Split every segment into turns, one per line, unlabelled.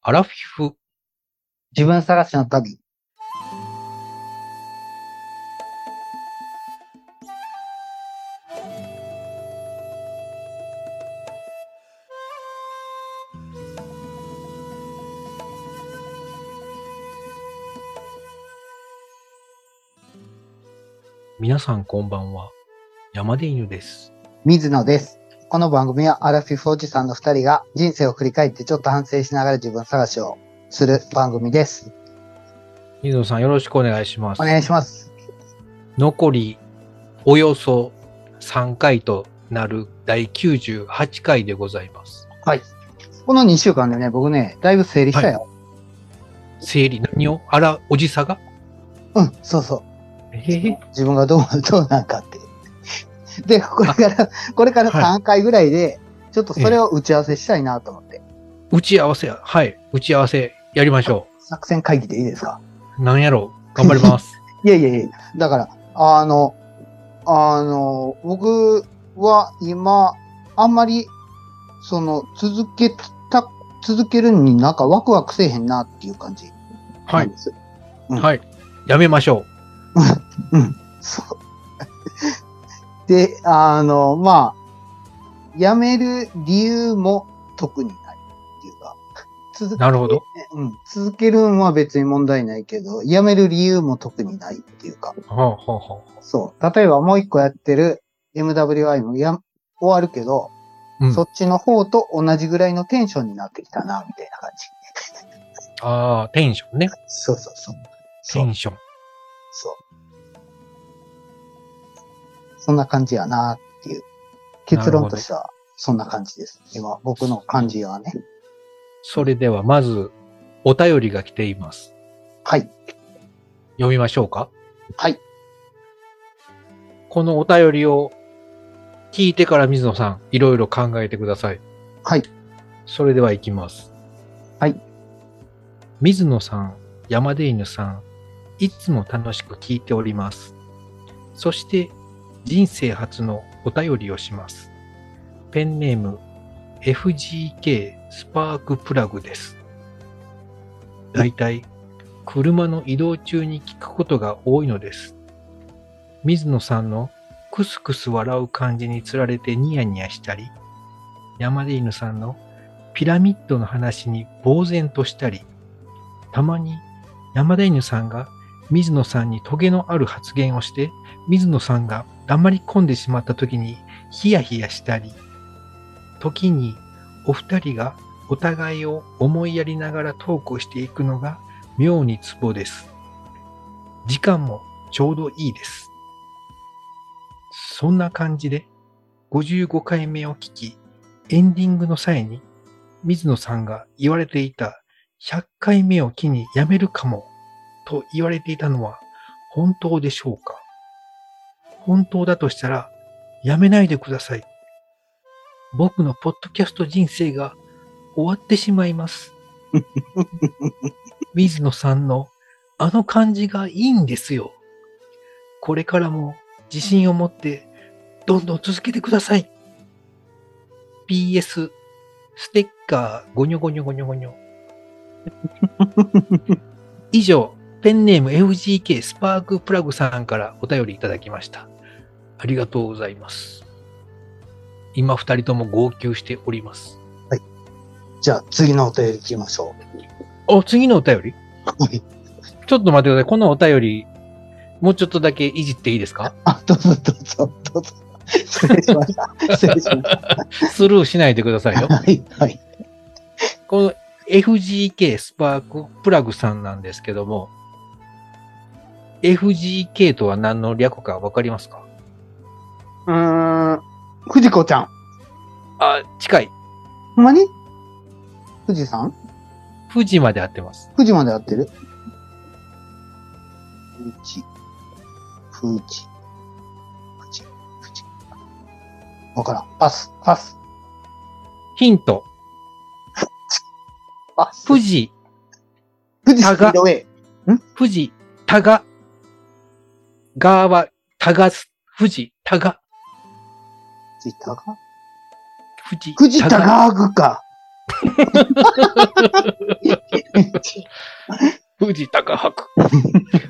アラフィフ。
自分探しの旅。
皆さんこんばんは。山で犬です。
水野です。この番組はアラフィフおじさんの二人が人生を振り返ってちょっと反省しながら自分探しをする番組です。
水野さんよろしくお願いします。
お願いします。
残りおよそ3回となる第98回でございます。
この2週間でね、僕ね、だいぶ整理したよ。
整理、何をあら、おじさが
うん、そうそう。
え
自分がどう、 どうなんかって。で、これから、これから
は
3回ぐらいで、ちょっとそれを打ち合わせしたいなと思って。
打ち合わせや、はい、打ち合わせやりましょ
作戦会議でいいですか
う。なんやろう、頑張ります。
いやいやいや、だから、あの、あの、僕は今、あんまり、その、続けた、続けるのになんかワクワクせえへんなっていう感じ
は
ないん、です。
はい、やめましょう。
そう。で、あの、まあ、辞める理由も特にないっていうか、続け
なるほど。
うん、続けるのは別に問題ないけど、辞める理由も特にないっていうか、
はあ、はあは
そう。例えばもう一個やってる MWI もや終わるけど、
あ、うん
そっちの方と同じぐらいのテンションになってきたな、みたいな感じ。
ああ、テンションね。
そうそうそう。そ
テ
う
ンション。
そう。そんな感じやなっていう。結論としては、そんな感じです。今、僕の感じはね。
それではまず、お便りが来ています。
はい。
読みましょうか。
はい。
このお便りを聞いてから水野さん、いろいろ考えてください。
はい。
それでは行きます。
はい。
水野さん、山出犬さん、いつも楽しく聞いております。そして、人生初のお便りをします。ペンネーム、FGK スパークプラグです。だいたい車の移動中に聞くことが多いのです。水野さんのクスクス笑う感じにつられてニヤニヤしたり、山出犬さんのピラミッドの話に呆然としたり、たまに山出犬さんが水野さんにトゲのある発言をして、水野さんが黙り込んでしまった時にヒヤヒヤしたり、時にお二人がお互いを思いやりながらトークをしていくのが妙にツボです。時間もちょうどいいです。そんな感じで、55回目を聞き、エンディングの際に、水野さんが言われていた100回目を機にやめるかも、と言われていたのは本当でしょうか本当だとしたら、やめないでください。僕のポッドキャスト人生が終わってしまいます。水野さんのあの感じがいいんですよ。これからも自信を持ってどんどん続けてください。PS、ステッカーゴニョゴニョゴニョゴニョ。以上、ペンネーム FGK スパークプラグさんからお便りいただきました。ありがとうございます。今二人とも号泣しております。
じゃあ、次のお便り行きましょ
お、次のお便り
う。はい。
ちょっと待ってください。このお便り、もうちょっとだけいじっていいですか
あ、どうぞどうぞ、どうぞ。失礼しました。失礼しまし
スルーしないでください
た。
よ。
はい、はい。
この FGK スパークプラグさんなんですけども、FGK とは何の略かわかりますか
うーん、藤子ちゃん。
あ、近い。
ほんまに富士山
富士まで合ってます。
富士までやってる富士。富士。富士。富士。わからん。パス。パス。
ヒント。
パス。
富士、
富士ス
高
ピードウェイ。
富士、タガ。ガーは、タガス、富士、タガ。
富士高
富士、
富士
タガ
高くか。ち。
富士高 博。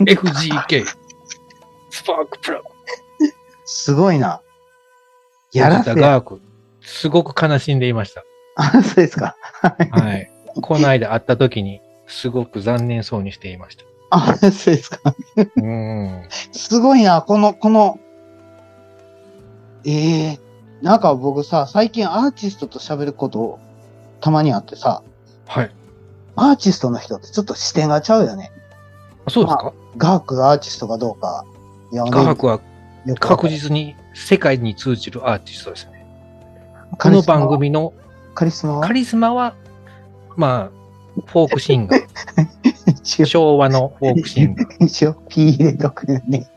FGK。スパークプラグ。
すごいな。やらせ
富士
や。
高博。すごく悲しんでいま した。
あ、そうですか。
はい。この間会った時に、すごく残念そうにしていました。
あ、そうですか。
うーん。
すごいな。この、この、ええなんか僕さ、最近アーティストと喋ることたまにあってさ、
はい。
アーティストの人ってちょっと視点がちゃうよね。
あそうですか
画伯がアーティストかどうか。いや
画伯は
よくわか
確
んない
実に世界に通じるアーティストですね。この番組の
カリスマは
カリスマは、まあ、フォークシンガ ー。
一応、
昭和のフォークシンガー。
一応、P 入れとくよね。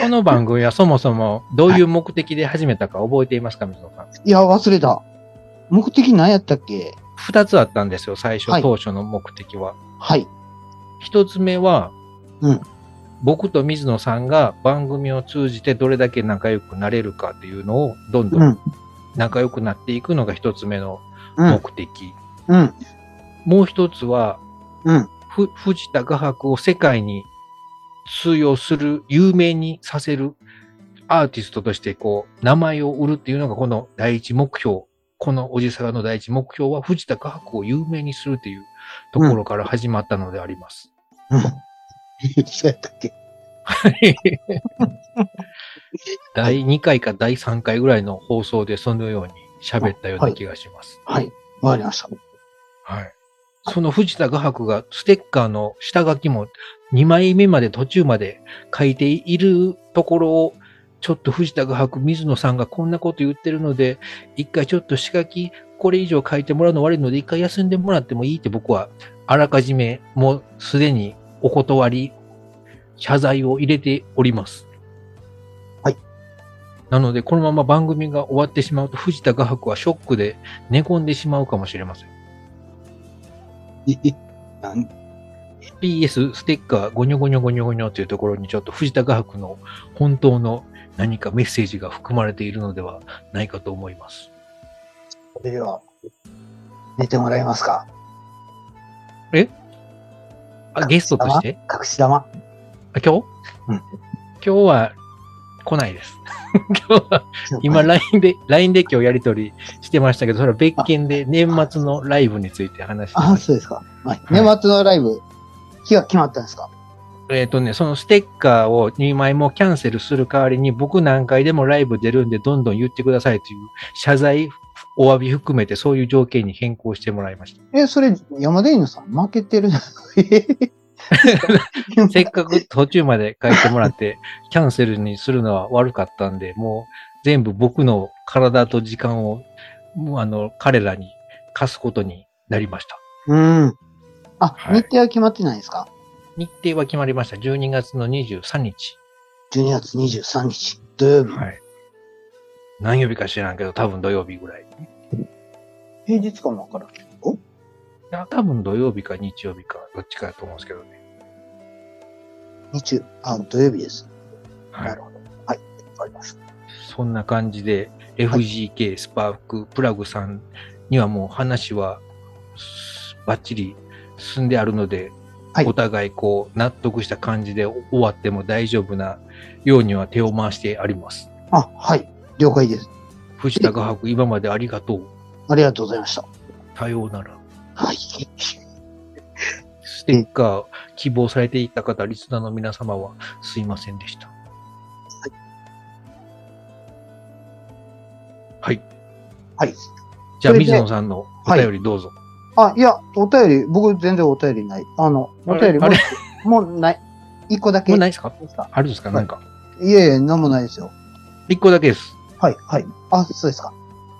この番組はそもそもどういう目的で始めたか覚えていますか、水野さん。
いや、忘れた。目的何やったっけ
二つあったんですよ、最初、
はい
当初の目的は。
はい。
一つ目は、
うん
僕と水野さんが番組を通じてどれだけ仲良くなれるかっていうのを、どんど
うんん。
仲良くなっていくのが一つ目の
うん。
目的。
うん。
もう一つは、
うん。
ふ藤田画伯を世界に通用する、有名にさせるアーティストとして、こう、名前を売るっていうのがこの第一目標。このおじさんの第一目標は藤田画伯を有名にするっていうところから始まったのであります。
うん。そうやったっけ
第2回か第3回ぐらいの放送でそのように喋ったような気がします。
はい。わかりました。
はい。その藤田画伯がステッカーの下書きも2枚目まで途中まで書いているところを、ちょっと藤田画伯、水野さんがこんなこと言ってるので、一回ちょっと下書き、これ以上書いてもらうの悪いので、一回休んでもらってもいいって僕は、あらかじめ、もうすでにお断り、謝罪を入れております。
はい。
なので、このまま番組が終わってしまうと、藤田画伯はショックで寝込んでしまうかもしれません。
なん
PS ステッカーゴニョゴニョゴニョゴニョというところにちょっと藤田画伯の本当の何かメッセージが含まれているのではないかと思います。
これは、寝てもらえますか
あ、ゲストとして
隠し玉
あ、今日、
うん
今日は来ないです。今日は、 今 LINE で、LINE で今日やりとりしてましたけど、それは別件で年末のライブについて話して
あ、
ます。
そうですか。はい。年末のライブ、日が決まったんですか
えっ、とね、そのステッカーを2枚もキャンセルする代わりに、僕何回でもライブ出るんで、どんどん言ってくださいという謝罪、お詫び含めて、そういう条件に変更してもらいまし
え、それ、山田犬さん負け てる
た。 せっかく途中まで書いてもらって、キャンセルにするのは悪かったんで、もう全部僕の体と時間を、もうあの、彼らに貸すことになりました。
うん。あ、
はい
日程は決まってないんですか
日程は決まりました。12月の23日。
?12 月23日、土曜日。
はい。何曜日か知らんけど、多分土曜日ぐらい。
平日かもわからん。
いや、多分土曜日か日曜日か、どっちかだと思うんですけどね。
日中、あ、土曜日です。
は
ないる。ほど。はい、わかりました。
そんな感じで、FGK、スパーク、プラグさんにはもう話は、すバッチリ進んであるので、
はい
お互いこう、納得した感じで終わっても大丈夫なようには手を回してあります。
あ、はい、了解です。
藤田画伯、今までありがとう。
ありがとうございました。
さようなら。
はい。
ステッカー希望されていた方、リスナーの皆様はすいませんでした。はい。
はい。
じゃあ、
それで
水野さんのお便りどうぞ。
あ、いや、お便り、僕全然お便りない。あの、お便り
あ
も
れ、
もうない。一個だけ。
もうない
い
ですか
ですか
あるんですか
は
ないんか。
いえいえ、なんもないですよ。
一個だけです。
はい、はい。あ、そうですか。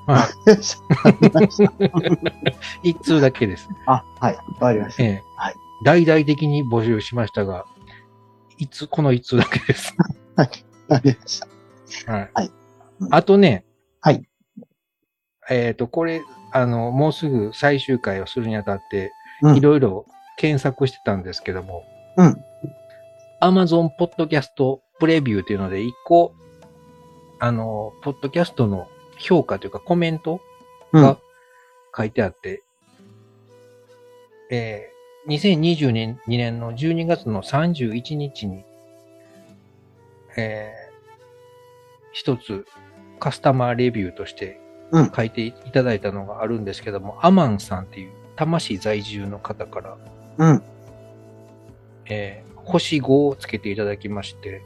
は
よし。わかりました
い。一通だけです。
あ、 はい、わかりました。
ええ
はい。
大々的に募集しましたが、いつ、この一通だけです。
わかりました。
はい。
はい
あとね。
はい。
えっと、これ、あの、もうすぐ最終回をするにあたって、
うん
いろいろ検索してたんですけども、
うん。
Amazon Podcast プレビューというので、一個、あの、ポッドキャストの評価というかコメント
うん
が。書いてあって、えー2022年 ,2 年の12月の31日に、えー一つカスタマーレビューとして
うん
書いていただいたのがあるんですけども、アマンさんっていう多摩市在住の方から、
うん。
えー星5をつけていただきまして、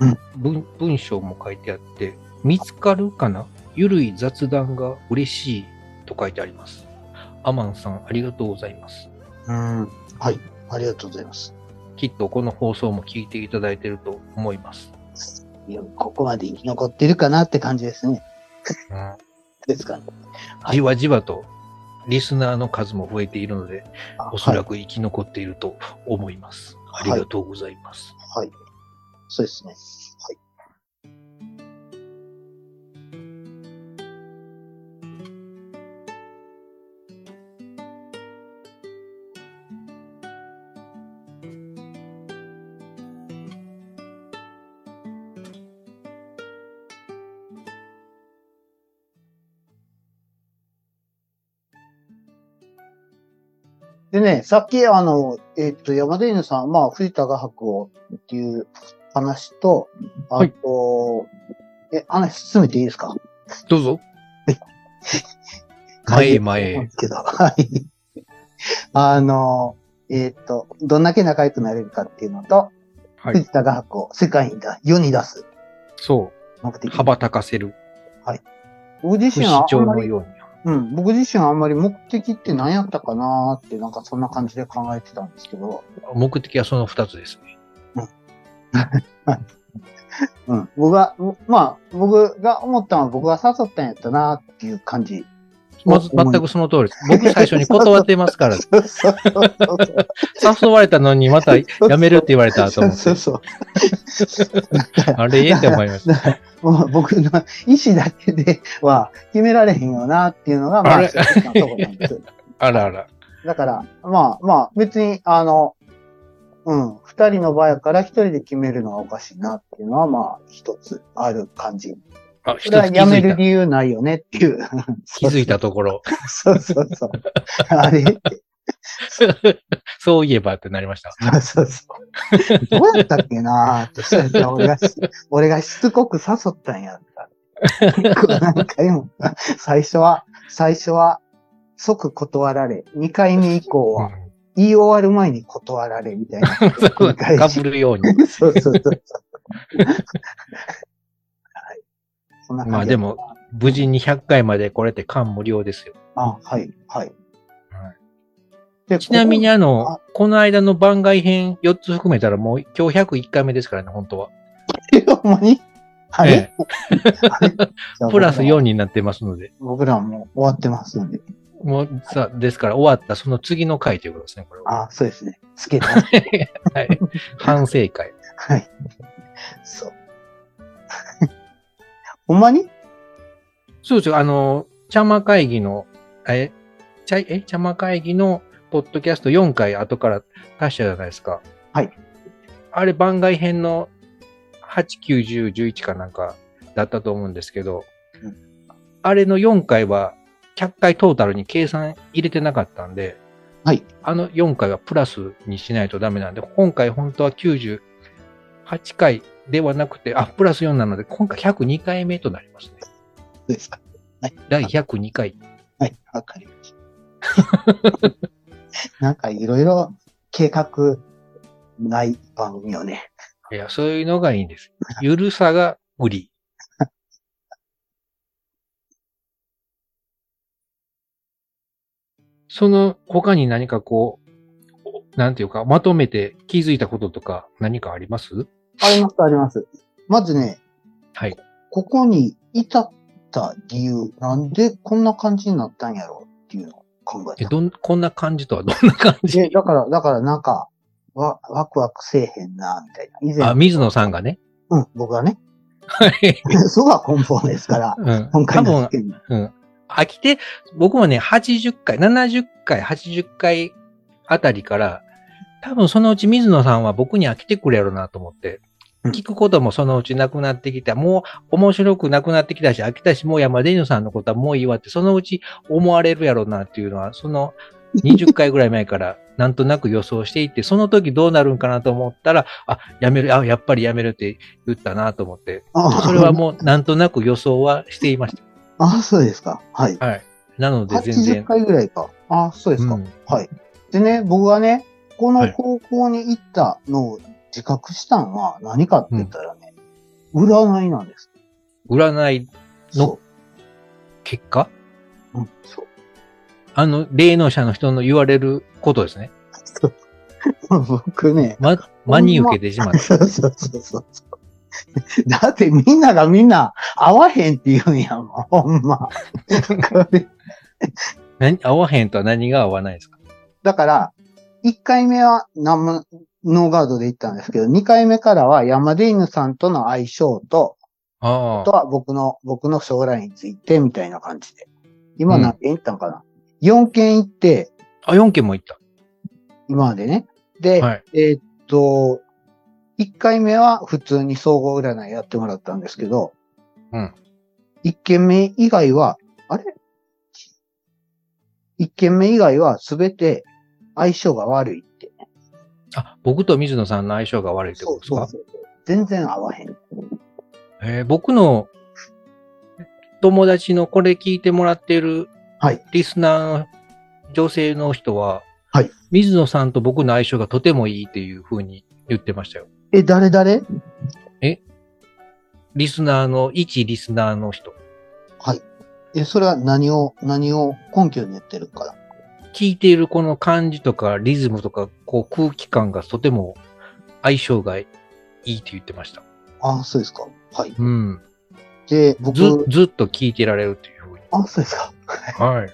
うん
文文章も書いてあって、見つかるかなゆるい雑談が嬉しいと書いてあります。アマンさん、ありがとうございます。
うん。はい。ありがとうございます。
きっとこの放送も聞いていただいてると思います。
いやここまで生き残ってるかなって感じですね。
うん
ですかね。はい
じわじわとリスナーの数も増えているので、
あ
おそら
く。
く生き残っていると思います。
はい
ありがとうございます。
はい。そうですね。はい。でね、さっき、あの、えっ、と、山田犬さん、まあ、藤田画伯をっていう話と、あと、え、話進めていいですか
どうぞ。前へ
書い
前
てるん
へ
で。すけど、 はい。あの、えっ、と、どんだけ仲良くなれるかっていうのと、
はい。
藤田画伯を世界にだ世に出す
そ
目
う。
的。
羽ばたかせる。
僕自
不
身は
死
あん
鳥
ま
の
り、
ように。
うん、僕自身はあんまり目的って何やったかなーって、なんかそんな感じで考えてたんですけど、
目的はその二つですね。
うん、僕が、まあ、僕が思ったのは僕が誘ったんやったなーっていう 感じ。
まず、全くその通りです。僕最初に断ってます から、
そうそうそうそう
誘われたのにまたやめるって言われたと思っ
そ
て
う、そう
あれええって思いまし
だから もう僕の意思だけでは決められへんよなっていうのが、ま
あ
あ、
れ
正直なとこなんです。
た。あらあら。
だから、まあまあ、別に、あの、うん、二人の場やから一人で決めるのはおかしいなっていうのは、まあ、一つある感じ。
あ、
そ
一つ気
れはやめ
づ
る
いた。
理由ないよねっていう。
気づいたところ。
そうそうそう。あれって。
そういえばってなりました。
そうそうそう。どうやったっけなーって、そうやった俺がし、俺がしつこく誘ったんやった。結構何回も、最初は、最初は、即断られ、2回目以降は、
う
言い終わる前に断られ、みたいな。
んそう
繰り
か
返し
ぶるように。
そうそうそうそう。はい。そんな感じ。
まあでも。無事に100回までこれって感無量ですよ。
あ、はい、は
は
い。
い
で
ちなみに、あ
あ
の、この間の番外編4つ含めたらもう今日101回目ですからね、本当は。
ここほんまにあれ、あれじゃあ
プラス4になってますので。
僕らもう終わってますんで。
もうさ、ですから終わったその次の回ということですね、 これは。
あ、そうですね。つけた。
はい。反省会。
はい。そう。 ほんまに
そうですよ。あの、ちゃま会議の、え、ちゃい、え、ちゃま会議の、ポッドキャスト4回後から出したじゃないですか。
はい。
あれ番外編の8、9、10、11かなんかだったと思うんですけど、
う
あれの4回は100回トータルに計算入れてなかったんで、
はい。
あの4回はプラスにしないとダメなんで、今回本当は98回ではなくて、あ、プラス4なので、今回102回目となりますね。
ですか
第102回。
はい、わかりました。なんかいろいろ計画ない番組をね。
いや、そういうのがいいんです。ゆるさが売り。 その他に何かこう、なんていうか、まとめて気づいたこととか何かあります
あります、あります。まずね、
はい。
ここに至った理由、なんでこんな感じになったんやろうっていうのを考え
え、
た。
どん、こんな感じとはどんな感じ
で、だから、だからなんか、わ、ワクワクせえへんな、みたいな。以前、
あ、水野さんがね。
うん、僕はね。
はい。
そこは根本ですから、
うん。多
今回の
分
事、件の
うん。飽きて、僕もね、80回、70回、80回あたりから、多分そのうち水野さんは僕に飽きてくれるなと思って、
うん
聞くこともそのうちなくなってきた、もう面白くなくなってきたし、飽きたし、もう山出犬さんのことはもういいわって、そのうち思われるやろうなっていうのは、その20回ぐらい前から なんとなく予想していって、その時どうなるんかなと思ったら、あ、やめる、あ、やっぱりやめるって言ったなと思って、それはもうなんとなく予想はしていまし
あ、そうですか。はい。
た。はい。なので全
80
然、
回ぐらいか。あ、そうですか。
うん
はい。でね、僕はね、こ
は
の
い
高校に行ったのを自覚したのは何かって言ったらね、占いなんです。
占いの
そ
結果
う。うん、そう。
あの、霊能者の人の言われることですね。
僕ね、
ま、真に受けてしまった。
そうそうそうそう。だってみんながみんな会わへんって言うんやもん、ほ んま。これ
何、合わへんとは何が合わないですか
だから、1回目は何もノーガードで行ったんですけど、2回目からは山出犬さんとの相性と、あ
あ
と
あ。
は僕の、僕の将来についてみたいな感じで。今
うん
何件行ったんかな、?4 件行って、
あ、4件も行っ
今までね。で、
た。はい。
えーっと、1回目は普通に総合占いやってもらったんですけど、
うん。
1件目以外は、あれ ?1 件目以外は全て相性が悪いって。
あ、僕と水野さんの相性が悪いってことですか
うそう。全然合わへん。
えー僕の友達のこれ聞いてもらってる
はい
リスナーの女性の人は、
はい
水野さんと僕の相性がとてもいいっていう風に言ってましたよ。
え、誰誰
リスナーの、一リスナーの人。
え、それは何を、何を根拠に言ってるから。
聞いているこの感じとかリズムとかこう空気感がとても相性がいいって言ってました。
あそうですか。はい。
うん。
で、僕、
ず、ずっと聞いてられるっていう風に。
あ、そうですか。
はい。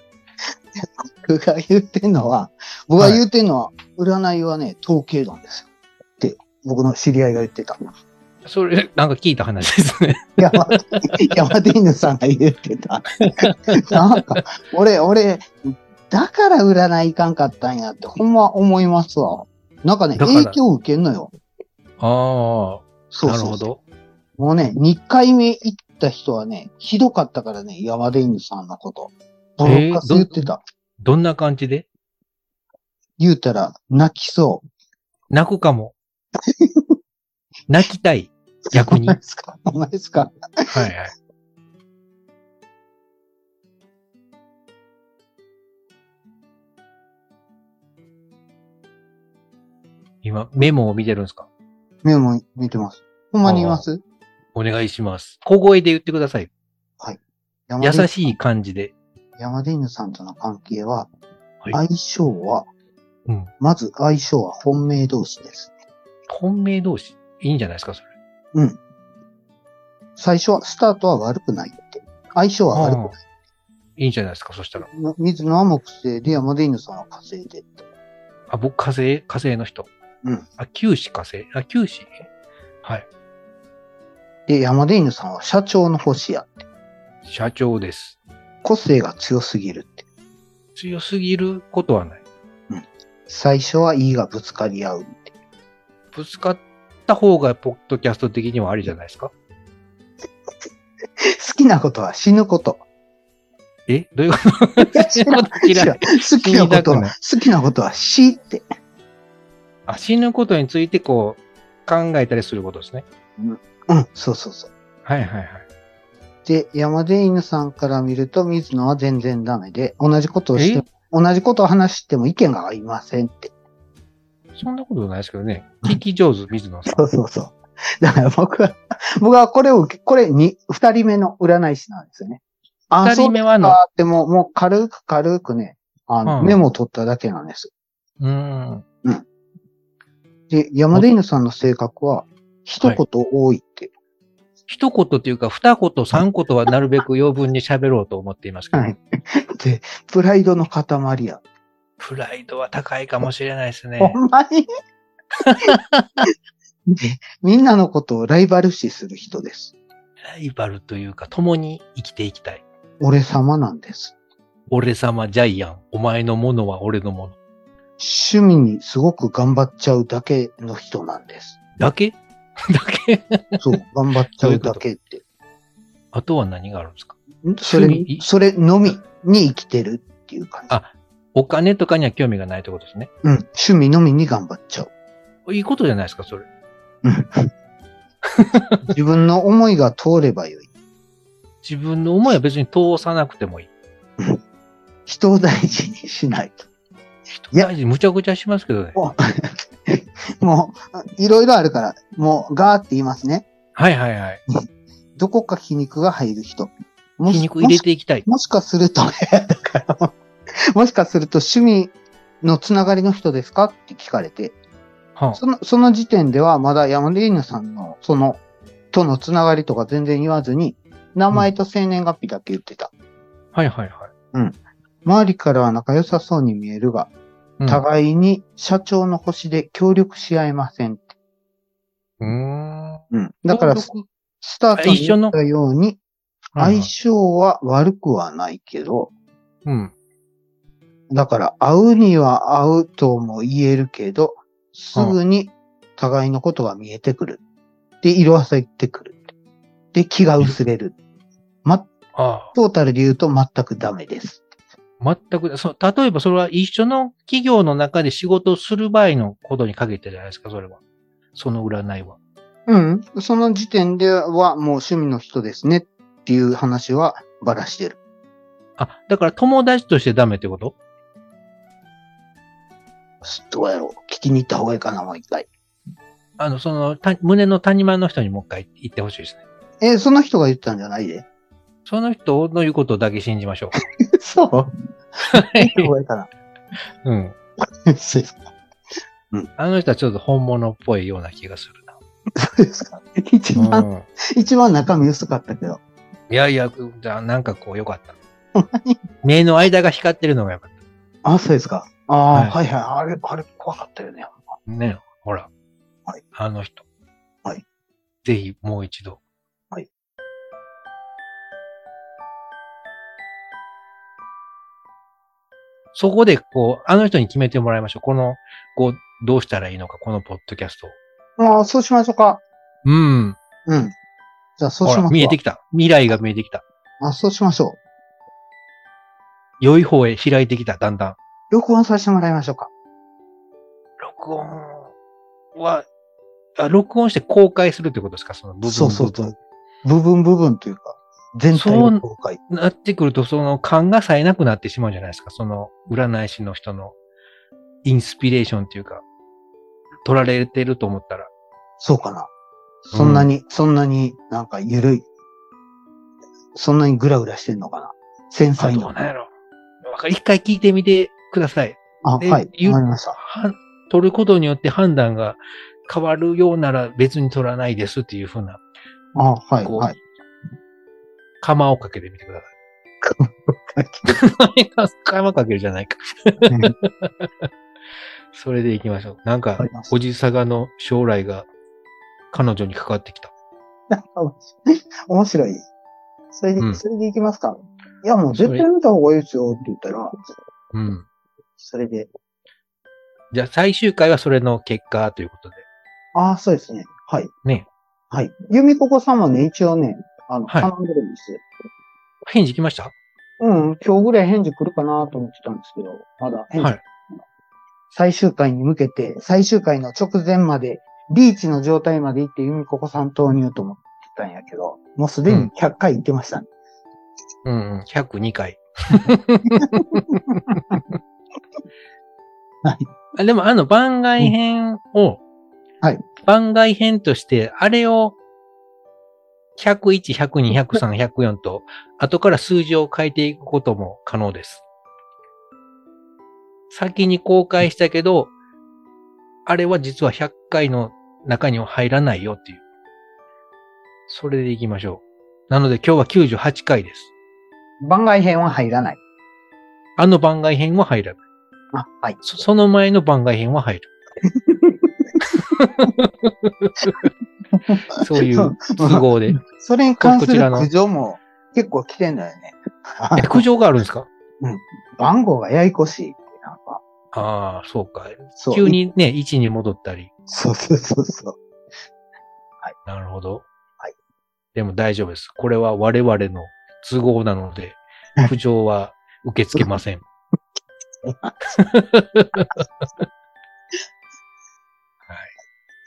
僕が言ってんのは、僕が
はい
言ってんのは、占いはね、統計論ですよ。って、僕の知り合いが言ってた。
それ、なんか聞いた話です ね。
山、山手犬さんが言ってた。なんか、俺、俺、だから占いいかんかったんやって、ほんま思いますわ。なんかね、
だから
影響を受けんのよ。
ああ、
そう
な
そう
る
そう
ほど。
もうね、2回目行った人はね、ひどかったからね、山出犬さんのこと。ボロッカス言ってた。
どんな感じで
言うたら、泣きそう。
泣くかも。泣きたい。逆に。
お
は
前ですかお前ですか
いはい。今、メモを見てるんですか
目も見てます。ほんまにいます
お願いします。小声で言ってください。優
山出
しい感じで。
山出犬さんとの関係は、
はい
相性は、
うん
まず相性は本命同士です。
本命同士。いいんじゃないですか、それ。
最初は、スタートは悪くないって。相性は悪くない。
いいんじゃないですか、そしたら。
の水野は木星で山出犬さんは火星でって。
あ、僕、火星、火星の人。
うん。
あ、九死火星。あ、九死はい。
で、山出犬さんは社長の星や。
社長です。
個性が強すぎるって。
強すぎることはない。
最初はいいがぶつかり合う。
ぶつかった方が、ポッドキャスト的にはありじゃないですか
好きなことは死ぬこと。
えどういうこと 死ぬこと嫌い。
好きな
死にた
こと
くな
は、好きなことは死って。
あ、死ぬことについて、こう、考えたりすることですね。
うん、そうそうそう。
はいはいはい。
で、山出犬さんから見ると、水野は全然ダメで、同じことをして、同じことを話しても意見が合いませんって。
そんなことないですけどね。聞き上手、水野さん。
そうそうそう。だから僕は、僕はこれを受け、これに、二人目の占い師なんですよね。あ、
二
そ
人
う
目はあの、
かってもう、もう軽く軽くね、あ
う
の、
ん
メモを取っただけなんです。
うーん。
で、山出犬さんの性格は、一言多いって。
一言というか、二言、三言はなるべく余分に喋ろうと思っていますけど、
はいで、プライドの塊や。
プライドは高いかもしれないですね。
ほんまに でみんなのことをライバル視する人です。
ライバルというか、共に生きていきたい。
俺様なんです。
俺様ジャイアン。お前のものは俺のもの。
趣味にすごく頑張っちゃうだけの人なんです。
だけ だけ
そう、頑張っちゃうだけって。
あとは何があるんですか
んそれ
趣味
それのみに生きてるっていう感じ。
あお金とかには興味がないってことですね。
うん。趣味のみに頑張っちゃう。
いいことじゃないですか、それ。
自分の思いが通ればよい。
自分の思いは別に通さなくてもいい。
人を大事にしないと。いや
大事、むちゃくちゃしますけどね。
もう、い ろいろあるから、もう、ガーって言いますね。
はいはいはい。
どこか皮肉が入る人。もし
筋肉入れていきたい。
もしかすると、だから もしかすると趣味のつながりの人ですかって聞かれて、
は
その、その時点ではまだ山田犬さんの、その、とのつながりとか全然言わずに、名前と生年月日だけ言ってた。
あはいはいはい。
周りからは仲良さそうに見えるが、
うん
互いに社長の星で協力し合えません。
うーん。
うん。だから、
ど
ス
こ
タートに
一緒
言
の
ったように、
はい
相性は悪くはないけど、
うん。
だから、会うには会うとも言えるけど、すぐに互いのことが見えてくる。で、色褪せてくる。で、気が薄れる。
あ
トータルで言うと全くダメです。
あ。全く、そう、例えばそれは一緒の企業の中で仕事をする場合のことに限ってじゃないですか、それは。その占いは。
うん。その時点ではもう趣味の人ですねっていう話はばらしてる。
あ、だから友達としてダメってこと
どうやろう聞きに行った方がいいかな、もう一回。
あの、その、た胸の谷間の人にもう一回言ってほしいですね。
えーその人が言ったんじゃないで。
その人の言うことだけ信じましょう。
そう 聞いた方がいいか
うん。
な。そうですか。
あの人はちょっと本物っぽいような気がするな。
そうですか。一番、
うん
一番中身薄かったけど。
いやいや、じゃあなんかこう良か った。目の間が光ってるのが良かっ
あ、そうですか。ああ、
は
はい、はいはいあれ、あれ怖かったよね。
た。ね、ほら。
はい
あの人。
はい
ぜひもう一度。
はい
そこで、こう、あの人に決めてもらいましょう。この、こう、どうしたらいいのか、このポッドキャストを。
ああ、そうしましょうか。
うん。
うん。じゃあ、そう
ほ
しましょ
ら、
う。
見えてきた。未来が見えてきた。
あ、そうしましょう。
良い方へ開いてきた、だんだん。
録音させてもらいましょうか。
録音は、あ録音して公開するってことですかその部分
そうそうそう。部分部分というか、全体
そう
の公開。
なってくると、その勘がさえなくなってしまうんじゃないですかその占い師の人のインスピレーションっていうか、取られてると思ったら。
そうかな。そんなに、そんなになんか緩い。そんなにグラグラしてんのかな。繊
あ、
細
ど
な
う。なんやろ。わか一回聞いてみてください。
あ、
で
はい。
言う
わかりました。
は取ることによって判断が変わるようなら別に取らないですっていうふうな、
あ、はい、
こう
はい。
釜をかけてみてください。 釜かけるじゃないか。
ね
それで行きましょう。なんか
わかりま、した
おじさがの将来が彼女にかかってきた。
面白い。それで、
うん
それでいきますか。いや、もう絶対見た方がいいですよって言ったら、
うん。
それで、
じゃあ最終回はそれの結果ということで。
ああ、そうですね。はい。
ね。
はい。由美ここさんもね、一応ね、あの、
はい
頼んでるんですよ。
返事来ました
うん、今日ぐらい返事来るかなと思ってたんですけど、まだ返事。
はい
最終回に向けて、最終回の直前まで、リーチの状態まで行って由美ここさん投入と思ってたんやけど、もうすで
うん
に100回行ってましたね。
うんうん。102回。
はい
あでもあの番外編を、
はい
番外編として、あれを、101、102、103、104と、後から数字を変えていくことも可能です。先に公開したけど、あれは実は100回の中には入らないよっていう。それでいきましょう。なので今日は98回です。
番外編は入らない。
あの番外編は入らない。
あ、はい。
そその前の番外編は入 る。そういう都合で。
それに関す
こち
る
らの
苦情も結構来てんだよね。
え苦情があるんですか
番号がややこしいって。なんか、
ああ、そうか。
そう。
急にね、位置に戻ったり。
そうそうそうそう。
なるほど。
はい。
でも大丈夫です。これは我々の都合なので、苦情は受け付けません。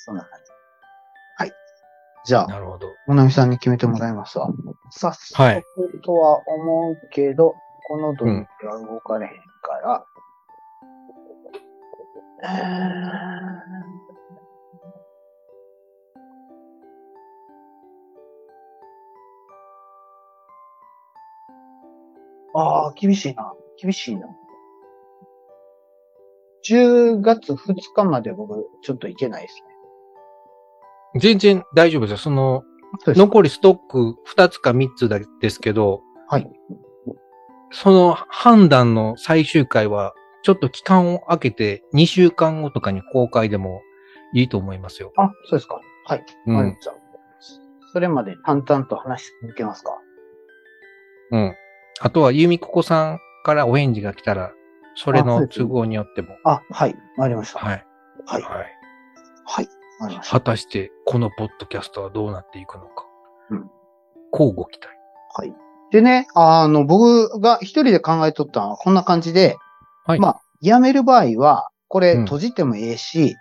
そんな感じ。はい。じゃあ、
なるほど。
もなみさんに決めてもらいますわ。早速
はい
とは思うけど、この土
う
日
ん
は動かれへんから。ああ、厳しいな。厳しいな。10月2日まで僕、ちょっと行けないですね。
全然大丈夫ですよ。その、
そうです。
残りストック2つか3つだけですけど、
はい。
その判断の最終回は、ちょっと期間を空けて2週間後とかに公開でもいいと思いますよ。
あ、そうですか。はい。
うん
わかりましたそれまで淡々と話し続けますか。
うん。あとは、ゆみここさんからお返事が来たら、それ
あそう
の
ですね
都合によっても。
あ、はい。わかりました。
はい。
はい。はい。
はい。
わかりました。
果たして、このポッドキャストはどうなっていくのか。
うん。
交互期待。
はい。でね、あの、僕が一人で考えとったのはこんな感じで、
はい
まあ、やめる場合は、これ
うん
閉じてもええし、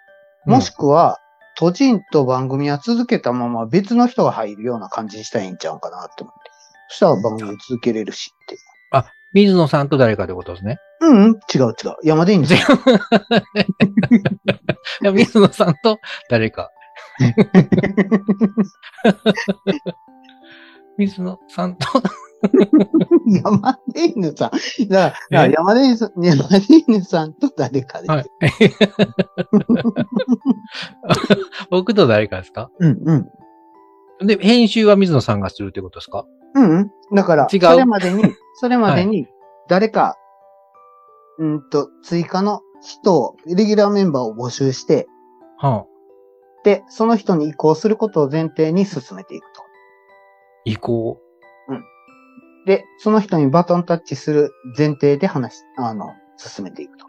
もしくは、閉じんと番組は続けたまま別の人が入るような感じにしたらいいんちゃうかなと思って。そしたら番組続けれるしって。
うん、あ、水野さんと誰かってこと ですね。
うん、うん、違う違う。山でいい んですよ。
いや水野さんと誰か。水野さんと、
山でいいのさん。だから、
え
だから山でいいさん、山でいいのさんと誰かです。
はい。僕と誰かですか
うんうん。
で、編集は水野さんがするってことですか
うんうん。だから、
違う
それま でに、それまでに、誰か、うんと、追加の人を、レギュラーメンバーを募集して、
はあ、
で、その人に移行することを前提に進めていくと。
移行。
で、その人にバトンタッチする前提で話し、あの、進めていくと。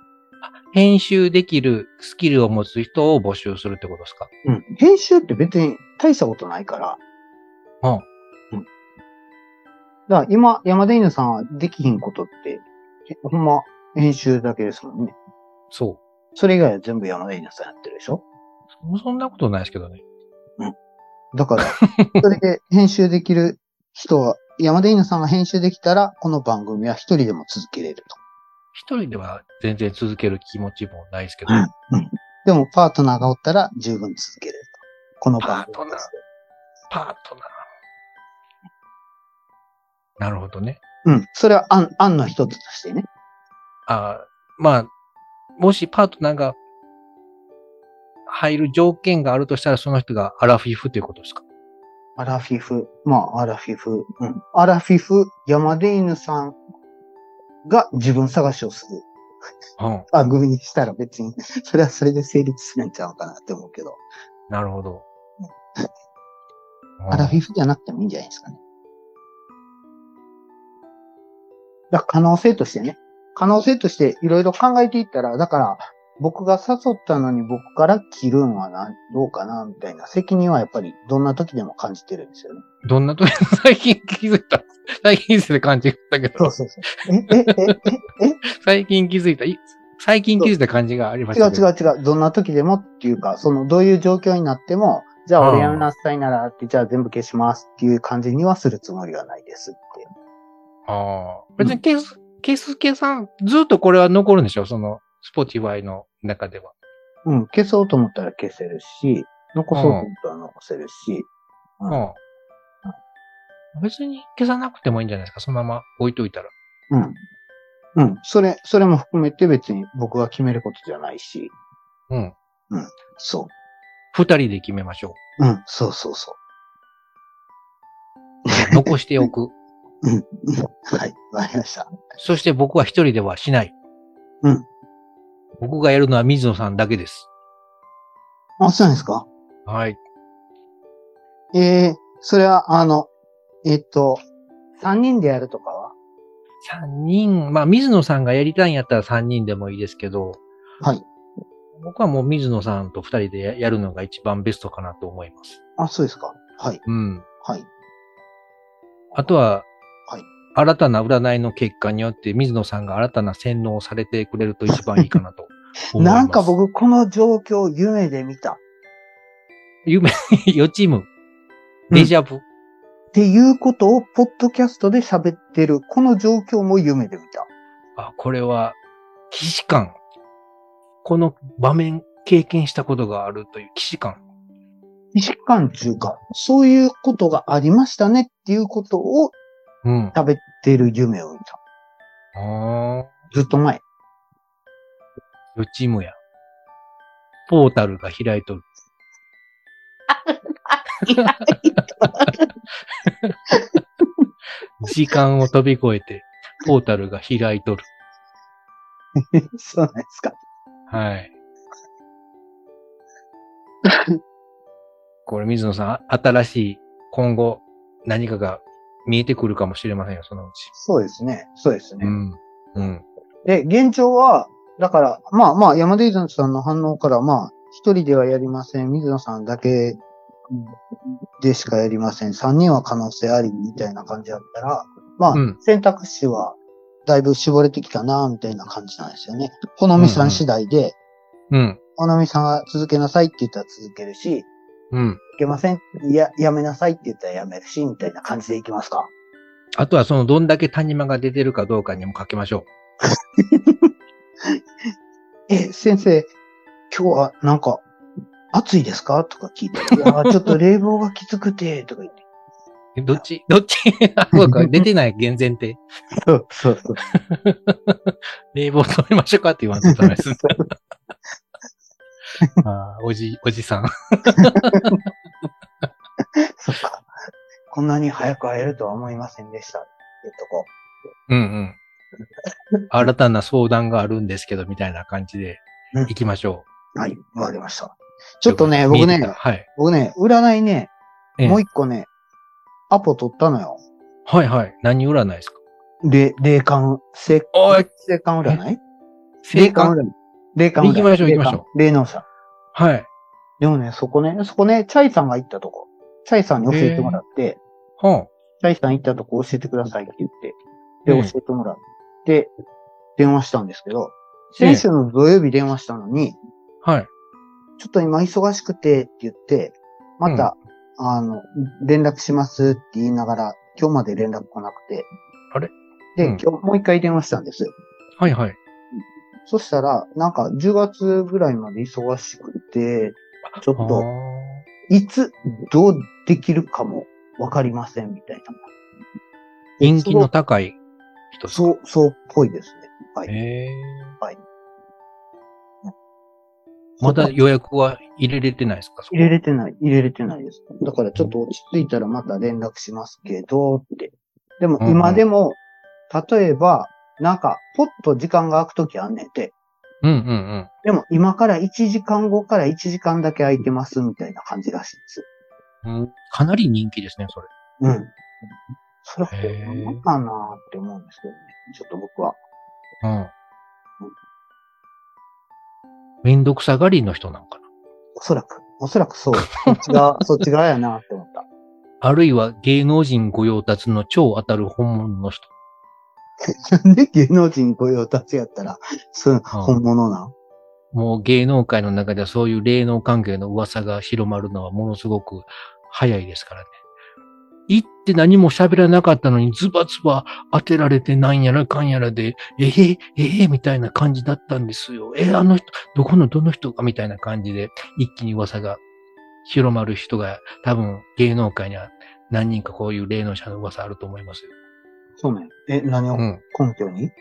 編集できるスキルを持つ人を募集するってことですか
うん。編集って別に大したことないから。
うん。
うん。だから今、山田犬さんはできひんことって、えほんま編集だけですもんね。
そ
それ以外は全部山田犬さんやってるでしょ
う。そんなことないですけどね。
だ から、それで編集できる人は、山田犬さんが編集できたら、この番組は一人でも続けれると。
一人では全然続ける気持ちもないですけど、
うんでも、パートナーがおったら十分続けれると。この番組です。
パートナー。なるほどね。
うん。それは案、案の一つとしてね。
あーまあ、もしパートナーが入る条件があるとしたら、その人がアラフィフということですか
アラフィフ。まあ、アラフィフ。うん。アラフィフ、山出犬さんが自分探しをする
うん。
番組にしたら別に、 それはそれで成立するんちゃうかなって思うけど、
なるほど。
アラフ
ィ
ィフじゃなくてもいいんじゃないですかね。だから可能性としてね。可能性としていろいろ考えていったら、だから、僕が誘ったのに僕から切るんはな、どうかな、みたいな責任はやっぱりどんな時でも感じてるんですよね。
どんなと 最近気づいた。最近ですね、感じたけ
そう
ど。
そうそう。 え、え、え、え、
最近気づいた。い最近気づいた感じがありまし
違う
たけど。
違う違う。どんな時でもっていうか、その、どういう状況になっても、じゃあ
うん
俺やめなさいならって、じゃあ全部消しますっていう感じにはするつもりはないですって。
ああ。別にケース、ケースケさん、ずっとこれは残るんでしょその、スポティファイの中では。
うん、消そうと思ったら消せるし、残そうと思ったら残せるし、うん
うん。別に消さなくてもいいんじゃないですかそのまま置いといたら。
うん。うん、それ、それも含めて別に僕が決めることじゃないし、
うん。
そ
二人で決めましょ。
う。うん、そうそうそう
残しておく。
う。うん、はい、わかりました。
そして僕は一人ではしない。
うん。
僕がやるのは水野さんだけです。
あ、そうなんですか
はい。
ええそれは、あの、えっと、3人でやるとかは
三人、まあ水野さんがやりたいんやったら三人でもいいですけど、
はい。
僕はもう水野さんと二人でややるのが一番ベストかなと思います。
あ、そうですか。はい、
うん。
はい。
あとは、
はい
新たな占いの結果によって、水野さんが新たな洗脳をされてくれると一番いいかなと思います。
なんか、僕、この状況、夢で見た。
夢、予知夢、デジャブ。
っていうことを、ポッドキャストで喋ってる、この状況も夢で見た。
あ、これは、既視感。この場面、経験したことがあるという既視感。
意識感っていうか、そういうことがありましたねっていうことを
うん。あ
喋ってる夢を見た。
あ。
ずっと 前。
予知夢や。ポータルが開いとる。 時間を飛び越えて、ポータルが開いとる。
そうなんですか。
はい。これ、水野さん、あ新しい、今後、何かが見えてくるかもしれませんよ、そのうち。
そうですね。そうですね。
うん。うん。
で、現状は、だから、まあまあ、山田泉さんの反応から、まあ、一人ではやりません。水野さんだけでしかやりません。三人は可能性あり、みたいな感じだったら、まあ、
うん
選択肢は、だいぶ絞れてきたな、みたいな感じなんですよね。好みさん次第で、
うん。
好みさんが続けなさいって言ったら続けるし、い
うん。
けません、や、やめなさいって言ったらやめるし、みたいな感じでいきますか。
あとは、その、どんだけ谷間が出てるかどうかにもかけましょ
え、先生、今日はなんか、暑いですかとか聞いて。いや ー、ちょっと冷房がきつくて、とか言って。
う。どっ ちどっちあそうか、出てない、厳然って。
そうそうそう。
冷房止めましょうかって言わんとダメです。 あーおじ、おじさん。
そっか。こんなに早く会えるとは思いませんでした。言っとこ
うんうん。新たな相談があるんですけど、みたいな感じで
うん
行きましょ
う。はい、わかりました。
う。
ちょっとね、僕ね
見えて、きたはい。
僕ね、占いね、
ええ
もう一個ね、アポ取ったのよ。
はいはい。何占いですか
で、霊感、せ
おい
霊感占い
正解
占い。霊感占
行
い。
きましょう
霊
行きま
感
しょ
霊能者。
はい。
でもね、そこね、そこね、チャイさんが行ったとこ。チャイさんに教えてもらって、
は
チャイさん行ったとこ教えてくださいって言って、で、
うん
教えてもらって、電話したんですけど、
ええ
先週の土曜日電話したのに、
あ。はい。
ちょっと今忙しくてって言って、また、あの、連絡しますって言いながら、今日まで連絡来なくて。
あれ
で、
うん
今日もう一回電話したんです。
はいはい。
そしたら、なんか10月ぐらいまで忙しくて、ちょっ
あ
と、
ー
いつ、どうできるかもわかりませんみたいな。
人気の高い人ですか
そう、そうっぽいですね。はい。
へー
はい。
まだ予約は入れれてないですか
入れれてない、入れれてないです。だからちょっと落ち着いたらまた連絡しますけど、って。でも
うんうん
今でも、例えば、なんか、ポッと時間が空くときあんねんて。
うんうんうん。
でも今から1時間後から1時間だけ空いてますみたいな感じらしいんです。
うん、かなり人気ですね、それ。
うん。それ
へ
ほ
ー
んまかなーって思うんですけどね。ちょっと僕は。
うん。めんどくさがりの人なんかな。
おそらく、おそらくそう。そっち 側、そっち側やなーって思った。
あるいは芸能人御用達の超当たる本物の人。
なんで芸能人御用達やったら、そう、本物なん
もう芸能界の中ではそういう霊能関係の噂が広まるのはものすごく早いですからね。行って何も喋らなかったのにズバズバ当てられてなんやらかんやらで、えへ、えへ、みたいな感じだったんですよ。え、あの人、どこのどの人がみたいな感じで一気に噂が広まる人が多分芸能界には何人かこういう霊能者の噂あると思いますよ。
そうね。え、何を
うん。
根拠に、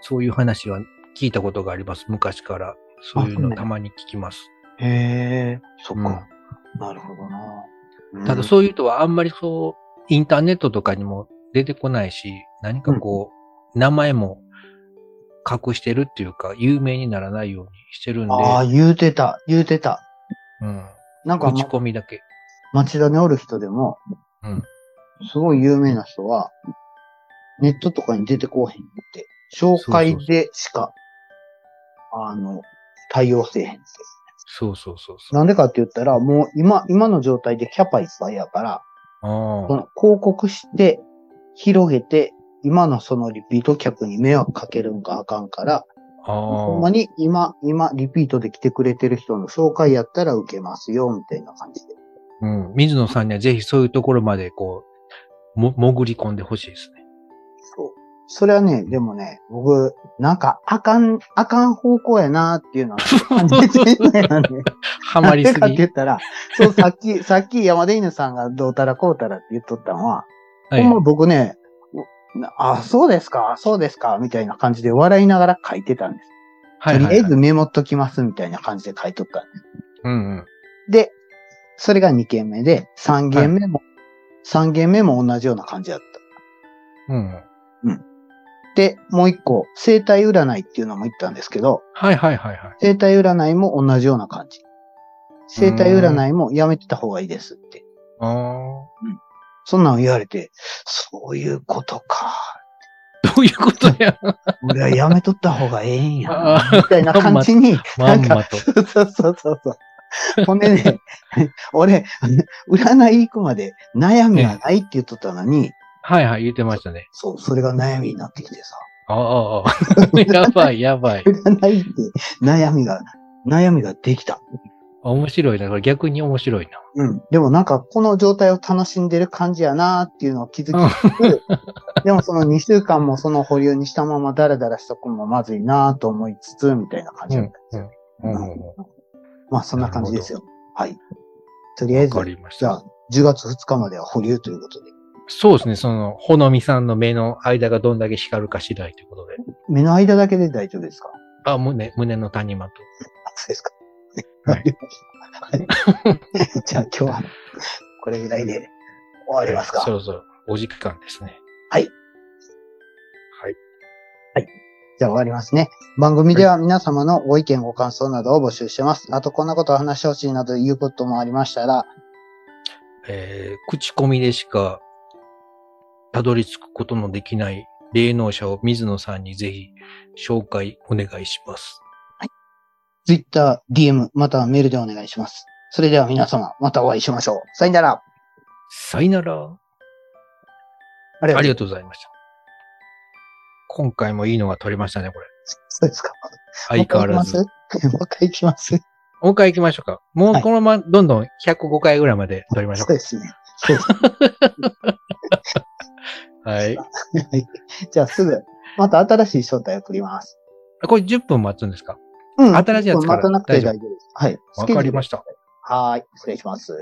そういう話は聞いたことがあります。昔から。そういう
あそう
の
ね
たまに聞きます。
へえ、そっ
うん
か。なるほどな。
ただそういう人はあんまりそう、インターネットとかにも出てこないし、何かこう、名前も隠してるっていうか、有名にならないようにしてるん
うん
で、
ああ、言うてた、言うてた。
うん。
なんか、
口
ま、
コミだけ。
町田におる人でも、
うん。
すごい有名な人は、ネットとかに出てこうへんって、紹介でしか、あの、対応せえへんって。
そうそうそうそう。
なんでかって言ったら、もう今、今の状態でキャパいっぱいやから、
あ
その広告して、広げて、今のそのリピート客に迷惑かけるんがあかんから、
あ
ほんま
ー
に今、今、リピートで来てくれてる人の紹介やったら受けますよ、みたいな感じで。
うん。水野さんにはぜひそういうところまでこう、も、潜り込んでほしいですね。
そう。それはね、でもね、僕、なんか、あかん、あかん方向やなっ ていうのは感じてんのやね。
ハマりす
なんでかっ
ぎ。
て言ったら、そう、さっき、さっき山田犬さんがどうたらこうたらって言っとったのは、
はい
ほんま僕ね、あ、そうですか、そうですか、みたいな感じで笑いながら書いてたんです。
はいはい
とりあえず
はい。
メモっときます、みたいな感じで書いとったんです。
うんうん。
で、それが2件目で、3件目も、三件目も同じような感じだった。
うんうん。
で、もう一個、生体占いっていうのも言ったんですけど、
はいはいはいはい。
生体占いも同じような感じ。生体占いもやめてた方がいいですって。
ああ。
そんなん言われて、そういうことか。
どういうこと や。
俺はやめとった方がええんや な
あー
みたいな感じに、
ま
なん
んま
か、
と。
そうそうそうそう。ほんでね、 俺、占い行くまで悩みはないって言っとったのに、
はいはい、言ってましたね。
そう、それが悩みになってきて さ。
ああ。 やばいやばい。
占いって悩みが、悩みができた。
面白いな。これ逆に面白いな。
うん。でもなんか、この状態を楽しんでる感じやなーっていうのを気づきつつ、 でもその2週間もその保留にしたままダラダラしとくのもまずいなーと思いつつ、みたいな感じだったんですよ。
うんうんうん
まあ、そんな感じですよ。はい。とりあえず
わか、りまし
じゃ
た
あ。、10月2日までは保留ということで。
そうですね。その、ほのみさんの目の間がどんだけ光るか次第ということで。
目の間だけで大丈夫ですか
あ、胸、胸の谷間と。
あそうですか。
はい
わかりましたはい じゃあ今日は、これぐらいで終わりますか。
そろそろお時間ですね。
はい。
はい。
じゃあ終わりますね。番組では皆様のご意見、ご感想などを募集してます。あと、こんなことを話してほしいなどいうこともありましたら、
えー口コミでしかたどり着くことのできない霊能者を水野さんにぜひ紹介お願いします。
Twitter、DM、またはメールでお願いします。それでは皆様、またお会いしましょう。さよなら。
さよなら。
あり
あり
がと
がと
う。
うございました。今回もいいのが撮れましたね、これ。
そうですか。
相変わらず。
も
も
う一回行きますもう一回行きま
う
す。
一回行きましょうか。もうこのままどんどん105回ぐらいまで撮りましょ
そう
う
ですね。そうですね。
か。はい。
はいじゃあすぐ、また新しい招待送ります。
あこれ10分待つんですか
うん
新しいやつから
待たなくて大丈夫です。はい。
わかりま
し
した。
た。はーい。失礼します。